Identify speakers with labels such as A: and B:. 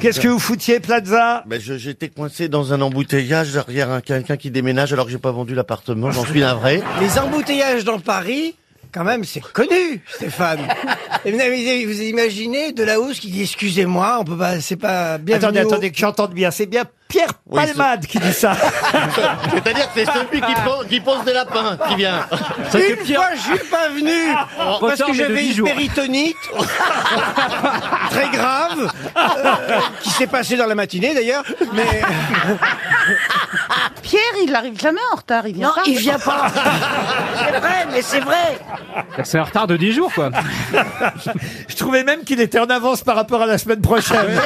A: Qu'est-ce que vous foutiez, Plaza
B: Ben, je- J'étais coincé dans un embouteillage derrière un quelqu'un qui déménage alors que j'ai pas vendu l'appartement, j'en suis navré.
C: Les embouteillages dans Paris, quand même, c'est connu, Stéphane. Et vous, avez- vous imaginez de la housse qui dit excusez-moi, on peut pas, c'est pas bien.
A: Attendez, attendez, que j'entende bien. C'est bien Pierre
B: Oui, c'est-
A: Palmade qui dit ça.
B: C'est-à-dire que c'est celui qui pose, qui pose des lapins qui vient.
C: Une fois, je suis pas venu parce que j'avais une péritonite euh, très grave euh, qui s'est passée dans la matinée d'ailleurs. Mais
D: Pierre, il arrive jamais en retard, il vient
E: Non,
D: pas.
E: il vient pas. c'est vrai, mais c'est vrai.
F: C'est un retard de 10 jours, quoi.
A: Je trouvais même qu'il était en avance par rapport à la semaine prochaine.